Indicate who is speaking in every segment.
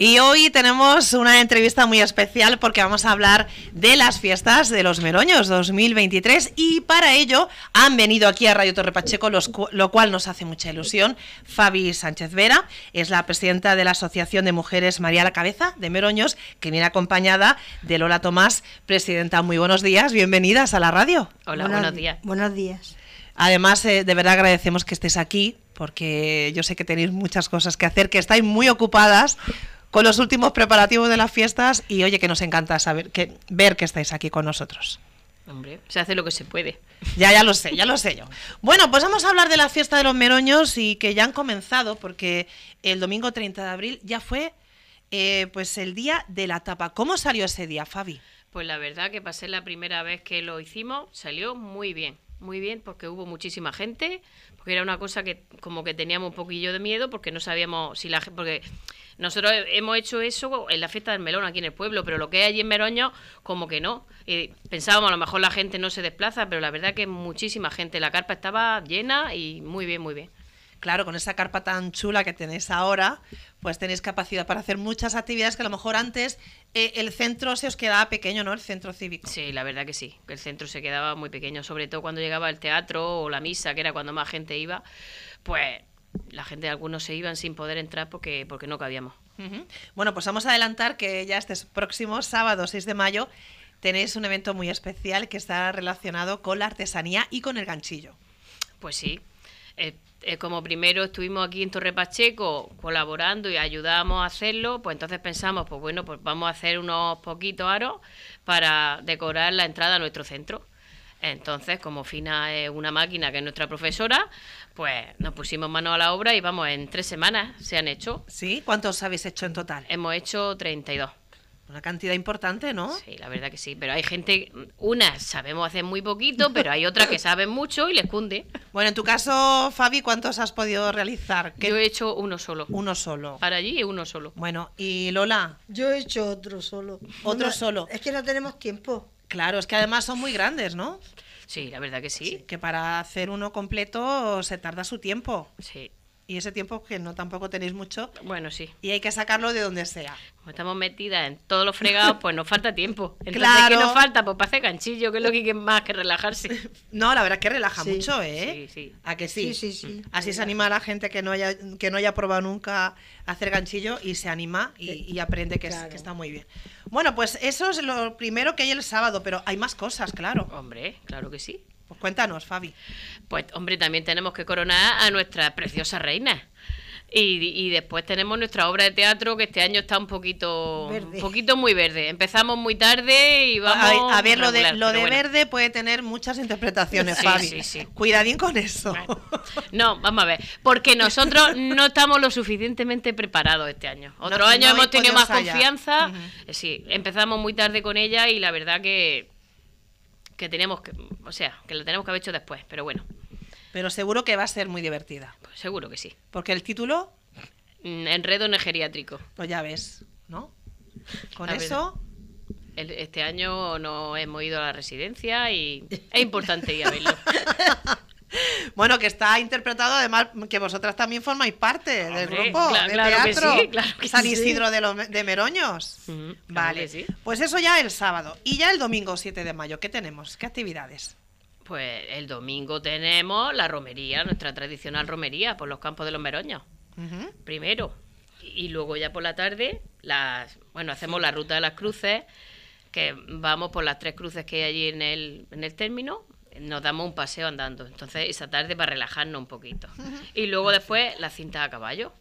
Speaker 1: Y hoy tenemos una entrevista muy especial porque vamos a hablar de las fiestas de los Meroños 2023 y para ello han venido aquí a Radio Torre Pacheco, los cu- lo cual nos hace mucha ilusión. Fabi Sánchez Vera es la presidenta de la Asociación de Mujeres María la Cabeza de Meroños, que viene acompañada de Lola Tomás, presidenta. Muy buenos días, bienvenidas a la radio.
Speaker 2: Hola, buenos, días.
Speaker 3: Buenos días.
Speaker 1: Además, eh, de verdad agradecemos que estéis aquí, porque yo sé que tenéis muchas cosas que hacer, que estáis muy ocupadas con los últimos preparativos de las fiestas y oye, que nos encanta saber que, ver que estáis aquí con nosotros.
Speaker 2: Hombre, se hace lo que se puede.
Speaker 1: Ya, ya lo sé, ya lo sé yo. Bueno, pues vamos a hablar de la fiesta de los meroños y que ya han comenzado, porque el domingo 30 de abril ya fue eh, pues el día de la tapa. ¿Cómo salió ese día, Fabi?
Speaker 2: Pues la verdad que pasé la primera vez que lo hicimos, salió muy bien. Muy bien, porque hubo muchísima gente, porque era una cosa que como que teníamos un poquillo de miedo, porque no sabíamos si la gente... Porque nosotros he- hemos hecho eso en la fiesta del melón aquí en el pueblo, pero lo que hay allí en Meroño, como que no. Y pensábamos, a lo mejor la gente no se desplaza, pero la verdad que muchísima gente. La carpa estaba llena y muy bien, muy bien.
Speaker 1: Claro, con esa carpa tan chula que tenéis ahora, pues tenéis capacidad para hacer muchas actividades que a lo mejor antes eh, el centro se os quedaba pequeño, ¿no? El centro cívico.
Speaker 2: Sí, la verdad que sí, que el centro se quedaba muy pequeño, sobre todo cuando llegaba el teatro o la misa, que era cuando más gente iba, pues la gente, algunos se iban sin poder entrar porque, porque no cabíamos.
Speaker 1: Ujú. Bueno, pues vamos a adelantar que ya este próximo sábado 6 de mayo tenéis un evento muy especial que está relacionado con la artesanía y con el ganchillo.
Speaker 2: Pues sí, eh, eh, como primero estuvimos aquí en Torre Pacheco colaborando y ayudábamos a hacerlo, pues entonces pensamos, pues bueno, pues vamos a hacer unos poquitos aros para decorar la entrada a nuestro centro. Entonces, como Fina es una máquina que es nuestra profesora, pues nos pusimos mano a la obra y vamos, en tres semanas se han hecho.
Speaker 1: ¿Sí? ¿Cuántos habéis hecho en total?
Speaker 2: Hemos hecho 32.
Speaker 1: Una cantidad importante, ¿no?
Speaker 2: Sí, la verdad que sí. Pero hay gente, unas sabemos hacer muy poquito, pero hay otras que saben mucho y les cunde.
Speaker 1: Bueno, en tu caso, Fabi, ¿cuántos has podido realizar? ¿Qué-
Speaker 2: Yo he hecho uno solo.
Speaker 1: Uno solo.
Speaker 2: Para allí uno solo.
Speaker 1: Bueno, y Lola,
Speaker 3: Yo he hecho otro solo. No,
Speaker 1: Otro
Speaker 3: no,
Speaker 1: solo.
Speaker 3: Es que no tenemos tiempo.
Speaker 1: claro, es que además son muy grandes, ¿no?
Speaker 2: Sí, la verdad que sí.
Speaker 1: Que para hacer uno completo se tarda su tiempo.
Speaker 2: Sí.
Speaker 1: Y ese tiempo que no tampoco tenéis mucho
Speaker 2: Bueno, sí.
Speaker 1: y hay que sacarlo de donde sea.
Speaker 2: Como estamos metidas en todos los fregados, pues nos falta tiempo. Entonces,
Speaker 1: Claro.
Speaker 2: ¿qué nos falta? Pues para hacer ganchillo, que es lo que hay que más que relajarse.
Speaker 1: No, la verdad es que relaja
Speaker 3: Sí.
Speaker 1: mucho, ¿eh?
Speaker 2: Sí, sí.
Speaker 1: ¿A que sí?
Speaker 3: Sí, sí, sí.
Speaker 1: Así se anima a la gente que no haya, que no haya probado nunca hacer ganchillo y se anima
Speaker 2: Eh,
Speaker 1: y, y aprende que, es-
Speaker 3: Claro.
Speaker 1: que está muy bien. Bueno, pues eso es lo primero que hay el sábado, pero hay más cosas, claro.
Speaker 2: Hombre, claro que sí.
Speaker 1: Pues cuéntanos, Fabi.
Speaker 2: Pues, hombre, también tenemos que coronar a nuestra preciosa reina. Y, y después tenemos nuestra obra de teatro que este año está un poquito
Speaker 3: Verde.
Speaker 2: un poquito muy verde. Empezamos muy tarde y vamos
Speaker 1: a, a ver, lo de,
Speaker 2: regular,
Speaker 1: lo de
Speaker 2: pero bueno.
Speaker 1: verde puede tener muchas interpretaciones,
Speaker 2: Sí,
Speaker 1: Fabi.
Speaker 2: sí, sí.
Speaker 1: Cuidadín con eso.
Speaker 2: Bueno. No, vamos a ver, porque nosotros no estamos lo suficientemente preparados este año. Otro
Speaker 1: No-
Speaker 2: año
Speaker 1: no
Speaker 2: hemos
Speaker 1: habéis
Speaker 2: tenido
Speaker 1: podido
Speaker 2: más
Speaker 1: ensayar.
Speaker 2: confianza.
Speaker 1: Ujú.
Speaker 2: Eh, Sí, empezamos muy tarde con ella y la verdad que que teníamos que, o sea, que lo tenemos que haber hecho después, pero bueno,
Speaker 1: Pero seguro que va a ser muy divertida.
Speaker 2: pues seguro que sí.
Speaker 1: Porque el título,
Speaker 2: Mm, Enredo en el geriátrico.
Speaker 1: pues ya ves, ¿no? Con
Speaker 2: La
Speaker 1: eso,
Speaker 2: El- Este año no hemos ido a la residencia y es importante ir a verlo.
Speaker 1: bueno, que está interpretado además que vosotras también formáis parte
Speaker 2: Hombre,
Speaker 1: del grupo
Speaker 2: cla-
Speaker 1: de
Speaker 2: claro que
Speaker 1: teatro
Speaker 2: sí, claro que
Speaker 1: San
Speaker 2: sí.
Speaker 1: Isidro de, los- de Meroños.
Speaker 2: Ujú, claro
Speaker 1: vale,
Speaker 2: que sí.
Speaker 1: pues eso ya el sábado. Y ya el domingo 7 de mayo, ¿qué tenemos? ¿Qué actividades?
Speaker 2: Pues el domingo tenemos la romería, nuestra tradicional romería por los campos de los Meroños.
Speaker 1: Ujú.
Speaker 2: primero. Y luego ya por la tarde, las, bueno, hacemos la ruta de las cruces, que vamos por las tres cruces que hay allí en el, en el término, nos damos un paseo andando. Entonces, esa tarde para relajarnos un poquito. Y luego después las cintas a caballo.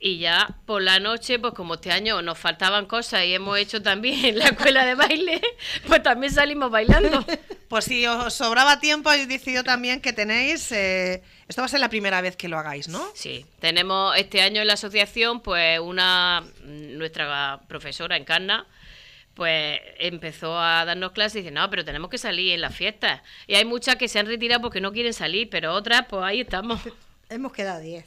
Speaker 2: Y ya por la noche, pues como este año nos faltaban cosas y hemos hecho también la escuela de baile, pues también salimos bailando.
Speaker 1: Pues si os sobraba tiempo, habéis decidido también que tenéis. eh, esto va a ser la primera vez que lo hagáis, ¿no?
Speaker 2: Sí, tenemos este año en la asociación, pues una nuestra profesora Encarna, pues empezó a darnos clases y dice, no, pero tenemos que salir en las fiestas. Y hay muchas que se han retirado porque no quieren salir, pero otras, pues ahí estamos.
Speaker 3: Hemos quedado 10.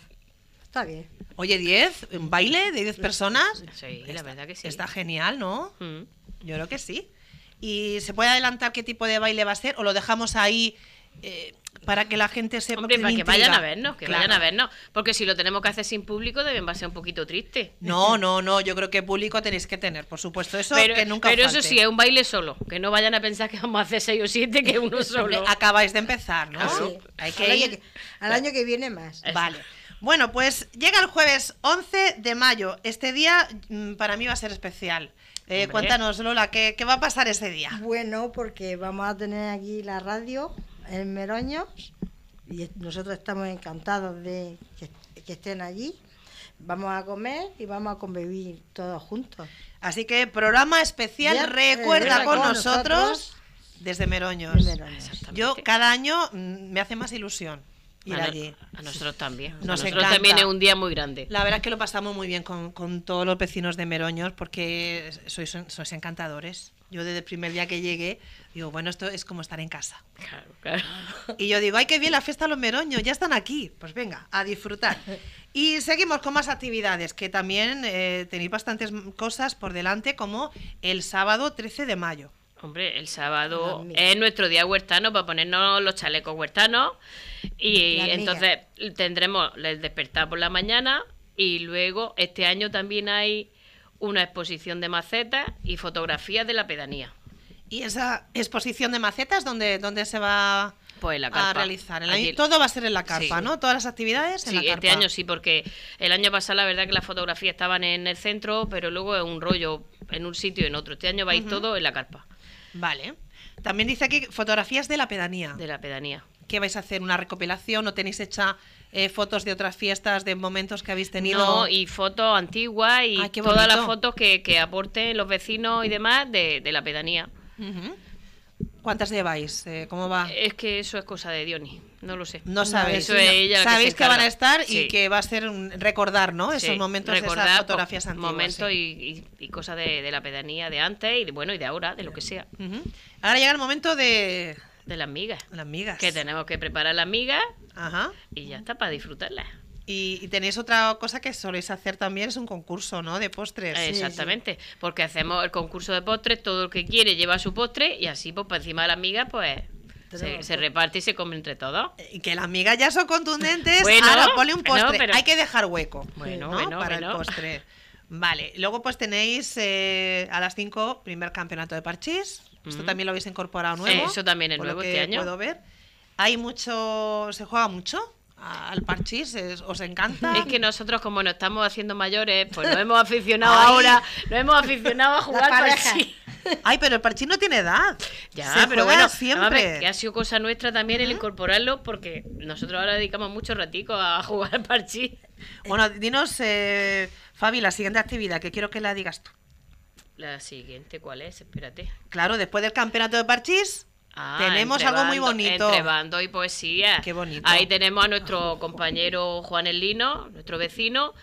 Speaker 3: Está bien.
Speaker 1: Oye, 10, un baile de 10 personas.
Speaker 2: Sí, la verdad que sí.
Speaker 1: Está genial, ¿no?
Speaker 2: Mm.
Speaker 1: Yo creo que sí. ¿Y se puede adelantar qué tipo de baile va a ser? ¿O lo dejamos ahí eh, para que la gente sepa
Speaker 2: Hombre,
Speaker 1: que
Speaker 2: para
Speaker 1: me
Speaker 2: que vayan
Speaker 1: intriga.
Speaker 2: a vernos, que
Speaker 1: Claro.
Speaker 2: vayan a vernos. Porque si lo tenemos que hacer sin público, también va a ser un poquito triste.
Speaker 1: No, no, no, yo creo que público tenéis que tener, por supuesto, eso
Speaker 2: pero
Speaker 1: que nunca os
Speaker 2: pero eso
Speaker 1: falte.
Speaker 2: sí, es un baile solo. Que no vayan a pensar que vamos a hacer seis o siete, que uno
Speaker 1: Hombre,
Speaker 2: solo.
Speaker 1: Acabáis de empezar, ¿no?
Speaker 3: Ah, Sí.
Speaker 1: Hay
Speaker 3: al,
Speaker 1: que
Speaker 3: año
Speaker 1: ir. Eh.
Speaker 3: que- al año que viene más.
Speaker 2: Ah, Eso.
Speaker 1: Vale. Bueno, pues llega el jueves 11 de mayo. Este día mm, para mí va a ser especial. Eh,
Speaker 2: Hombre.
Speaker 1: cuéntanos, Lola, ¿qué, qué va a pasar ese día?
Speaker 3: Bueno, porque vamos a tener aquí la radio en Meroño y es- nosotros estamos encantados de que, que estén allí. Vamos a comer y vamos a convivir todos juntos.
Speaker 1: Así que programa especial,
Speaker 3: Ya, eh,
Speaker 1: recuerda
Speaker 2: recuerda
Speaker 1: con
Speaker 2: con
Speaker 1: nosotros,
Speaker 3: nosotros
Speaker 1: desde Meroños.
Speaker 3: en Meroño.
Speaker 2: Exactamente.
Speaker 1: Yo cada año mm, me hace más ilusión ir
Speaker 2: a, no-
Speaker 1: allí.
Speaker 2: a nosotros también.
Speaker 1: Nos
Speaker 2: a nosotros
Speaker 1: encanta.
Speaker 2: también es un día muy grande.
Speaker 1: La verdad es que lo pasamos muy bien con, con todos los vecinos de Meroños porque sois, sois encantadores. Yo desde el primer día que llegué digo, bueno, esto es como estar en casa.
Speaker 2: Claro, claro.
Speaker 1: Y yo digo, ay, qué bien la fiesta de los meroños, ya están aquí. Pues venga, a disfrutar. Y seguimos con más actividades, que también eh, tenéis bastantes m- cosas por delante, como el sábado 13 de mayo.
Speaker 2: Hombre, el sábado
Speaker 3: Las migas.
Speaker 2: es nuestro día huertano para ponernos los chalecos huertanos y
Speaker 3: Las migas.
Speaker 2: entonces tendremos el despertar por la mañana y luego este año también hay una exposición de macetas y fotografías de la pedanía.
Speaker 1: Y esa exposición de macetas, ¿dónde, dónde se va
Speaker 2: Pues en la
Speaker 1: a
Speaker 2: carpa.
Speaker 1: realizar? En la-
Speaker 2: Allí-
Speaker 1: todo va a ser en la carpa,
Speaker 2: Sí.
Speaker 1: ¿no? Todas las actividades en
Speaker 2: Sí,
Speaker 1: la carpa.
Speaker 2: este año sí, porque el año pasado la verdad que las fotografías estaban en el centro, pero luego es un rollo en un sitio y en otro. Este año vais todo en la carpa
Speaker 1: Vale. También dice aquí fotografías de la pedanía.
Speaker 2: de la pedanía.
Speaker 1: ¿Qué vais a hacer? ¿Una recopilación? ¿O tenéis hecha eh, fotos de otras fiestas, de momentos que habéis tenido?
Speaker 2: No, y fotos antiguas y
Speaker 1: Ah, qué
Speaker 2: todas las
Speaker 1: bonito.
Speaker 2: fotos que, que aporten los vecinos y demás de, de la pedanía.
Speaker 1: Ujú. ¿Cuántas lleváis? Eh, ¿Cómo va?
Speaker 2: Es que eso es cosa de Diony, no lo sé.
Speaker 1: No sabéis.
Speaker 2: Eso es ella la
Speaker 1: sabéis
Speaker 2: se
Speaker 1: que, van a
Speaker 2: encarga.
Speaker 1: estar y
Speaker 2: Sí,
Speaker 1: que va a ser un recordar, ¿no?
Speaker 2: sí.
Speaker 1: Esos momentos,
Speaker 2: Recordar,
Speaker 1: esas
Speaker 2: pues,
Speaker 1: fotografías antiguas.
Speaker 2: Momentos
Speaker 1: sí.
Speaker 2: y, y- y cosas de, de la pedanía de antes y de- bueno y de ahora, de lo que sea,
Speaker 1: Ujú. Ahora llega el momento de
Speaker 2: de las migas.
Speaker 1: las migas.
Speaker 2: Que tenemos que preparar las migas
Speaker 1: Ajá.
Speaker 2: y ya está para disfrutarlas.
Speaker 1: Y, y tenéis otra cosa que soléis hacer también, es un concurso, ¿no? De postres.
Speaker 2: Eh, Exactamente, porque hacemos el concurso de postres, todo el que quiere lleva su postre y así pues por encima de las migas pues se,
Speaker 3: Tenemos
Speaker 2: se reparte y se come entre todos.
Speaker 1: Y que las migas ya son contundentes.
Speaker 2: Bueno,
Speaker 1: Ahora ponle un
Speaker 2: bueno,
Speaker 1: postre.
Speaker 2: pero-
Speaker 1: Hay que dejar hueco.
Speaker 2: Bueno,
Speaker 1: ¿no?
Speaker 2: bueno,
Speaker 1: Para el
Speaker 2: bueno.
Speaker 1: postre. Vale. Luego, pues tenéis eh, a las 5 primer campeonato de parchís. Esto
Speaker 2: Ujú.
Speaker 1: también lo habéis incorporado nuevo.
Speaker 2: Mm. Eh, Eso también es
Speaker 1: por lo
Speaker 2: nuevo
Speaker 1: que
Speaker 2: este año.
Speaker 1: Puedo ver. Hay mucho. ¿Se juega mucho a- al parchís? ¿Es- ¿Os encanta?
Speaker 2: Es que nosotros como nos estamos haciendo mayores, pues nos hemos aficionado
Speaker 1: Ay.
Speaker 2: ahora, nos hemos aficionado a jugar
Speaker 3: pareja.
Speaker 2: parchís.
Speaker 1: Ay, pero el parchís no tiene edad.
Speaker 2: Ya,
Speaker 1: Se
Speaker 2: pero
Speaker 1: juega
Speaker 2: bueno,
Speaker 1: siempre.
Speaker 2: vamos a ver, que ha sido cosa nuestra también el incorporarlo porque nosotros ahora dedicamos mucho ratico a jugar al parchís.
Speaker 1: Bueno, dinos, eh, Fabi, la siguiente actividad que quiero que la digas tú.
Speaker 2: La siguiente, ¿cuál es? Espérate.
Speaker 1: Claro, después del campeonato de parchís.
Speaker 2: Ah,
Speaker 1: Tenemos
Speaker 2: entre
Speaker 1: algo muy
Speaker 2: bando-
Speaker 1: bonito.
Speaker 2: Entre bando y poesía.
Speaker 1: Qué bonito.
Speaker 2: Ahí tenemos a nuestro compañero Juan Elino, nuestro vecino,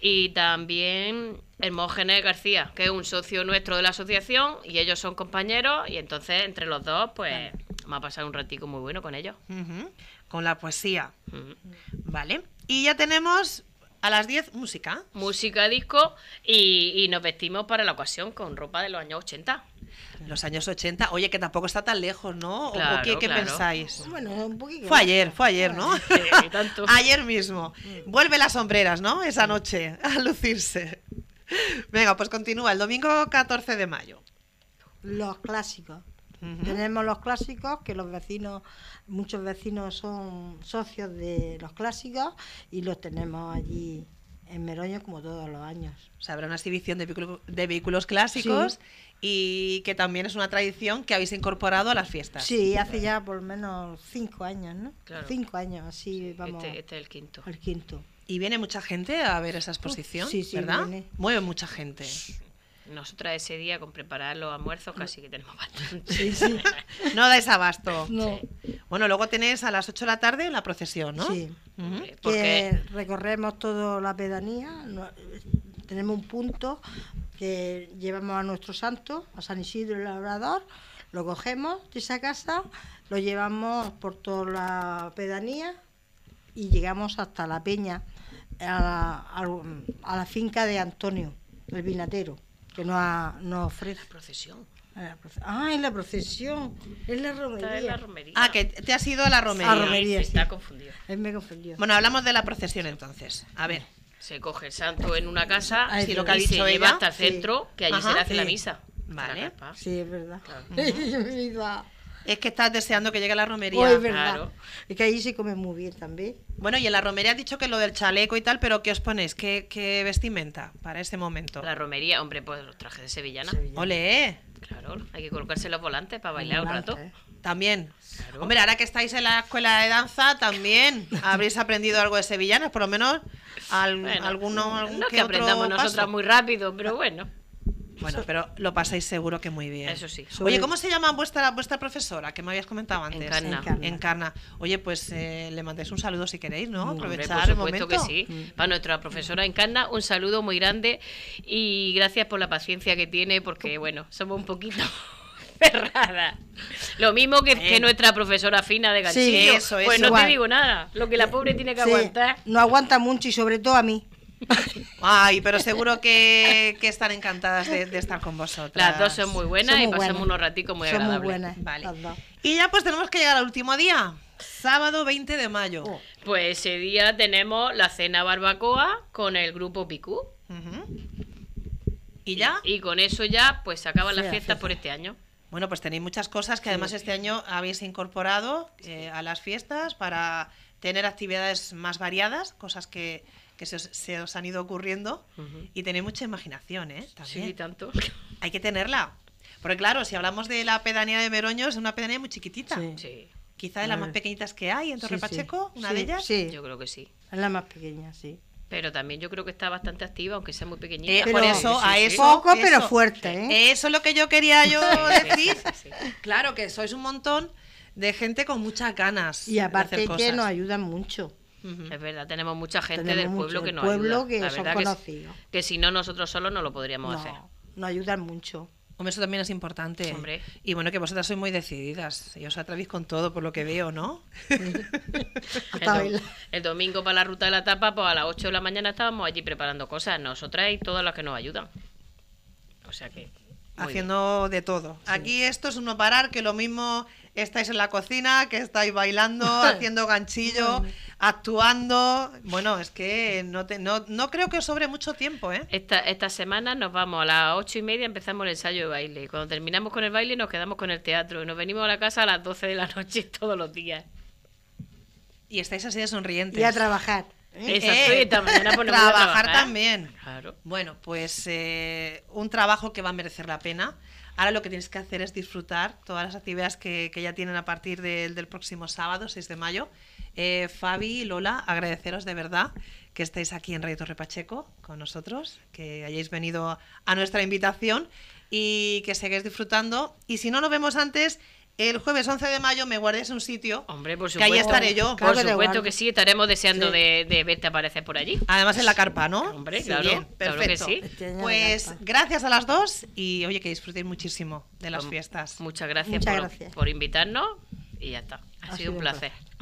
Speaker 2: y también Hermógenes García, que es un socio nuestro de la asociación, y ellos son compañeros, y entonces entre los dos, pues, me ha pasado un ratico muy bueno con ellos.
Speaker 1: Ujú, Con la poesía.
Speaker 2: Mm.
Speaker 1: Vale. Y ya tenemos a las 10 música.
Speaker 2: Música, disco, y, y nos vestimos para la ocasión con ropa de los años 80.
Speaker 1: Los años 80. Oye, que tampoco está tan lejos, ¿no? ¿O
Speaker 2: Claro,
Speaker 1: qué, qué
Speaker 2: claro.
Speaker 1: pensáis?
Speaker 3: Bueno, un poquito.
Speaker 1: Fue ayer, fue ayer, ¿no?
Speaker 2: Sí, tanto. Mm.
Speaker 1: ayer mismo. Vuelve las sombreras, ¿no? Esa noche a lucirse. Venga, pues continúa. El domingo 14 de mayo.
Speaker 3: Los clásicos.
Speaker 1: Ujú.
Speaker 3: Tenemos los clásicos, que los vecinos, muchos vecinos son socios de los clásicos y los tenemos allí en Meroño como todos los años.
Speaker 1: O sea, habrá una exhibición de, vehículo- de vehículos clásicos
Speaker 3: Sí.
Speaker 1: y que también es una tradición que habéis incorporado a las fiestas.
Speaker 3: Sí, hace ya por lo menos cinco años, ¿no?
Speaker 2: Claro.
Speaker 3: Cinco años, así vamos
Speaker 2: Este, este es el quinto.
Speaker 3: al quinto.
Speaker 1: Y viene mucha gente a ver esa exposición,
Speaker 3: Sí, sí,
Speaker 1: ¿verdad?
Speaker 3: viene.
Speaker 1: Mueve mucha gente.
Speaker 2: Nosotras ese día con preparar los almuerzos casi que tenemos bastante.
Speaker 3: Sí, sí.
Speaker 1: No dais abasto.
Speaker 3: No.
Speaker 1: Bueno, luego tenéis a las 8 de la tarde la procesión, ¿no?
Speaker 3: Sí.
Speaker 1: Ujú.
Speaker 2: Porque
Speaker 3: que recorremos toda la pedanía, no- tenemos un punto que llevamos a nuestro santo, a San Isidro el Labrador, lo cogemos de esa casa, lo llevamos por toda la pedanía y llegamos hasta la peña, a la, al- a la finca de Antonio, el vinatero, que nos, ha- nos ofrece
Speaker 2: procesión.
Speaker 3: En la proce- Ah, en la procesión. Es la
Speaker 2: Esta es la
Speaker 3: romería.
Speaker 2: romería.
Speaker 1: Ah, que te has ido a la Ah, romería.
Speaker 3: A romería,
Speaker 2: Sí, Está
Speaker 3: sí.
Speaker 2: confundido.
Speaker 3: Él me confundió.
Speaker 1: Bueno, hablamos de la procesión entonces. A ver.
Speaker 2: Se coge el santo en una casa
Speaker 3: Ay,
Speaker 2: y
Speaker 3: lo que ha
Speaker 2: se
Speaker 1: dicho
Speaker 2: lleva
Speaker 1: ella.
Speaker 2: hasta el
Speaker 3: Sí.
Speaker 2: centro, que allí
Speaker 1: Ajá,
Speaker 2: se le hace la
Speaker 3: sí.
Speaker 2: misa.
Speaker 1: Vale.
Speaker 2: La raspa.
Speaker 3: Sí, es verdad.
Speaker 2: Claro.
Speaker 3: Yo me he ido a-
Speaker 1: Es que estás deseando que llegue la romería.
Speaker 3: Oh, es verdad.
Speaker 2: Claro.
Speaker 3: Es que ahí se come muy bien también.
Speaker 1: Bueno, y en la romería has dicho que lo del chaleco y tal, pero ¿qué os ponéis? ¿Qué, qué vestimenta para ese momento?
Speaker 2: La romería, hombre, pues los trajes de sevillana.
Speaker 3: Sevilla.
Speaker 1: Ole,
Speaker 2: Claro, hay que colocarse los volantes para bailar un
Speaker 3: Volante,
Speaker 2: rato.
Speaker 3: ¿eh?
Speaker 1: también.
Speaker 2: Claro.
Speaker 1: Hombre, ahora que estáis en la escuela de danza, también habréis aprendido algo de sevillanas, por lo menos al-
Speaker 2: Bueno,
Speaker 1: alguno, algún
Speaker 2: no
Speaker 1: que
Speaker 2: que,
Speaker 1: otro
Speaker 2: aprendamos nosotras
Speaker 1: paso.
Speaker 2: muy rápido, pero bueno,
Speaker 1: Bueno, pero lo pasáis seguro que muy bien.
Speaker 2: eso sí.
Speaker 3: Sobre-
Speaker 1: Oye, ¿cómo se llama vuestra, vuestra profesora que me habías comentado antes?
Speaker 2: Encarna.
Speaker 3: Encarna.
Speaker 1: Encarna. Oye, pues eh, le mandéis un saludo si queréis,
Speaker 3: Mm.
Speaker 1: ¿no?
Speaker 2: Mm, Hombre,
Speaker 1: Aprovechar
Speaker 2: por
Speaker 1: el
Speaker 2: supuesto
Speaker 1: momento.
Speaker 2: que sí. Para nuestra profesora Encarna, un saludo muy grande y gracias por la paciencia que tiene,
Speaker 3: Oh.
Speaker 2: porque bueno, somos un poquito cerradas. Lo mismo que, que nuestra profesora fina de
Speaker 3: Sí,
Speaker 2: ganchillo.
Speaker 1: eso, eso.
Speaker 2: pues no
Speaker 3: Igual.
Speaker 2: te digo nada, lo que la pobre tiene que
Speaker 3: Sí,
Speaker 2: aguantar.
Speaker 3: No aguanta mucho y sobre todo a mí.
Speaker 1: Ay, pero seguro que, que están encantadas de, de estar con vosotros.
Speaker 2: Las dos son muy buenas
Speaker 3: Son muy
Speaker 2: y pasamos
Speaker 3: buenas.
Speaker 2: unos raticos muy
Speaker 3: Son muy
Speaker 2: agradables.
Speaker 3: buenas.
Speaker 1: Vale.
Speaker 3: las dos.
Speaker 1: Y ya pues tenemos que llegar al último día. Sábado 20 de mayo.
Speaker 3: Oh.
Speaker 2: Pues ese día tenemos la cena barbacoa con el grupo Picú.
Speaker 1: Ujú. ¿Y ya?
Speaker 2: Y con eso ya pues se acaban
Speaker 3: Sí,
Speaker 2: las
Speaker 3: la
Speaker 2: fiestas
Speaker 3: fiesta.
Speaker 2: por este año.
Speaker 1: Bueno, pues tenéis muchas cosas que además este año habéis incorporado eh, a las fiestas para tener actividades más variadas, cosas que, que se, os, se os han ido ocurriendo. Y tenéis mucha imaginación, ¿eh? También.
Speaker 2: Sí, tanto.
Speaker 1: Hay que tenerla. Porque claro, si hablamos de la pedanía de Meroño, es una pedanía muy chiquitita.
Speaker 3: Sí.
Speaker 2: Sí,
Speaker 1: Quizá de las
Speaker 3: Ah.
Speaker 1: más pequeñitas que hay en Torre
Speaker 3: Sí, sí.
Speaker 1: Pacheco, una
Speaker 3: Sí,
Speaker 1: de ellas.
Speaker 3: Sí,
Speaker 2: yo creo que sí.
Speaker 3: es la más pequeña, sí.
Speaker 2: Pero también yo creo que está bastante activa, aunque sea muy pequeñita.
Speaker 1: Eh,
Speaker 3: Pero-
Speaker 1: por eso,
Speaker 2: Sí,
Speaker 1: a
Speaker 2: sí,
Speaker 1: eso.
Speaker 3: Poco, pero
Speaker 1: eso.
Speaker 3: fuerte, ¿eh?
Speaker 1: Eso es lo que yo quería yo
Speaker 2: Sí, sí,
Speaker 1: decir.
Speaker 2: sí, sí.
Speaker 1: Claro que sois un montón de gente con muchas ganas.
Speaker 3: Y
Speaker 1: de
Speaker 3: aparte
Speaker 1: hacer
Speaker 3: que
Speaker 1: cosas.
Speaker 3: nos ayudan mucho.
Speaker 1: Ujú.
Speaker 2: Es verdad, tenemos mucha gente
Speaker 3: Tenemos
Speaker 2: del
Speaker 3: mucho
Speaker 2: pueblo que
Speaker 3: del
Speaker 2: nos
Speaker 3: pueblo
Speaker 2: ayuda.
Speaker 3: que
Speaker 2: La
Speaker 3: son
Speaker 2: verdad que-
Speaker 3: conocidos.
Speaker 2: Que, si no, nosotros solos no lo podríamos
Speaker 3: No,
Speaker 2: hacer.
Speaker 3: nos ayudan mucho.
Speaker 1: Hombre, eso también es importante.
Speaker 2: Hombre.
Speaker 1: Y bueno, que vosotras sois muy decididas y os atrevéis con todo, por lo que veo, ¿no?
Speaker 2: El,
Speaker 3: Hasta
Speaker 2: do-
Speaker 3: bailar.
Speaker 2: el domingo para la ruta de la tapa, pues a las 8 de la mañana estábamos allí preparando cosas, nosotras y todas las que nos ayudan. O sea que... muy bien.
Speaker 1: Haciendo de todo. Aquí esto es un no parar, que lo mismo estáis en la cocina, que estáis bailando, haciendo ganchillo, actuando. Bueno, es que no, te- no, no creo que os sobre mucho tiempo, ¿eh?
Speaker 2: Esta, esta semana nos vamos a las ocho y media, empezamos el ensayo de baile. Cuando terminamos con el baile nos quedamos con el teatro. Y nos venimos a la casa a las 12 de la noche todos los días.
Speaker 1: Y estáis así de sonrientes.
Speaker 3: Y a trabajar. ¿eh?
Speaker 2: Exacto, y esta mañana pues nos vamos a
Speaker 1: trabajar,
Speaker 2: trabajar.
Speaker 1: también.
Speaker 2: Claro.
Speaker 1: Bueno, pues eh, un trabajo que va a merecer la pena. Ahora lo que tienes que hacer es disfrutar todas las actividades que, que ya tienen a partir del- del próximo sábado, 6 de mayo. Eh, Fabi, Lola, agradeceros de verdad que estéis aquí en Radio Torre Pacheco con nosotros, que hayáis venido a nuestra invitación y que sigáis disfrutando. Y si no nos vemos antes, el jueves 11 de mayo me guardéis un sitio.
Speaker 2: Hombre, por
Speaker 1: Que ahí
Speaker 2: supuesto.
Speaker 1: estaré yo.
Speaker 2: Por
Speaker 3: Claro que te
Speaker 2: supuesto
Speaker 3: guardo.
Speaker 2: que sí, estaremos deseando
Speaker 3: Sí.
Speaker 2: de, de verte aparecer por allí.
Speaker 1: Además en la carpa, ¿no?
Speaker 2: Hombre, claro, claro que
Speaker 1: perfecto.
Speaker 2: sí.
Speaker 3: Este año la
Speaker 1: Pues
Speaker 3: carpa.
Speaker 1: gracias a las dos y oye que disfrutéis muchísimo de las
Speaker 2: Pues,
Speaker 1: fiestas.
Speaker 2: Muchas gracias,
Speaker 3: Muchas
Speaker 2: por,
Speaker 3: gracias.
Speaker 2: por invitarnos y ya está. Ha, sido, un placer.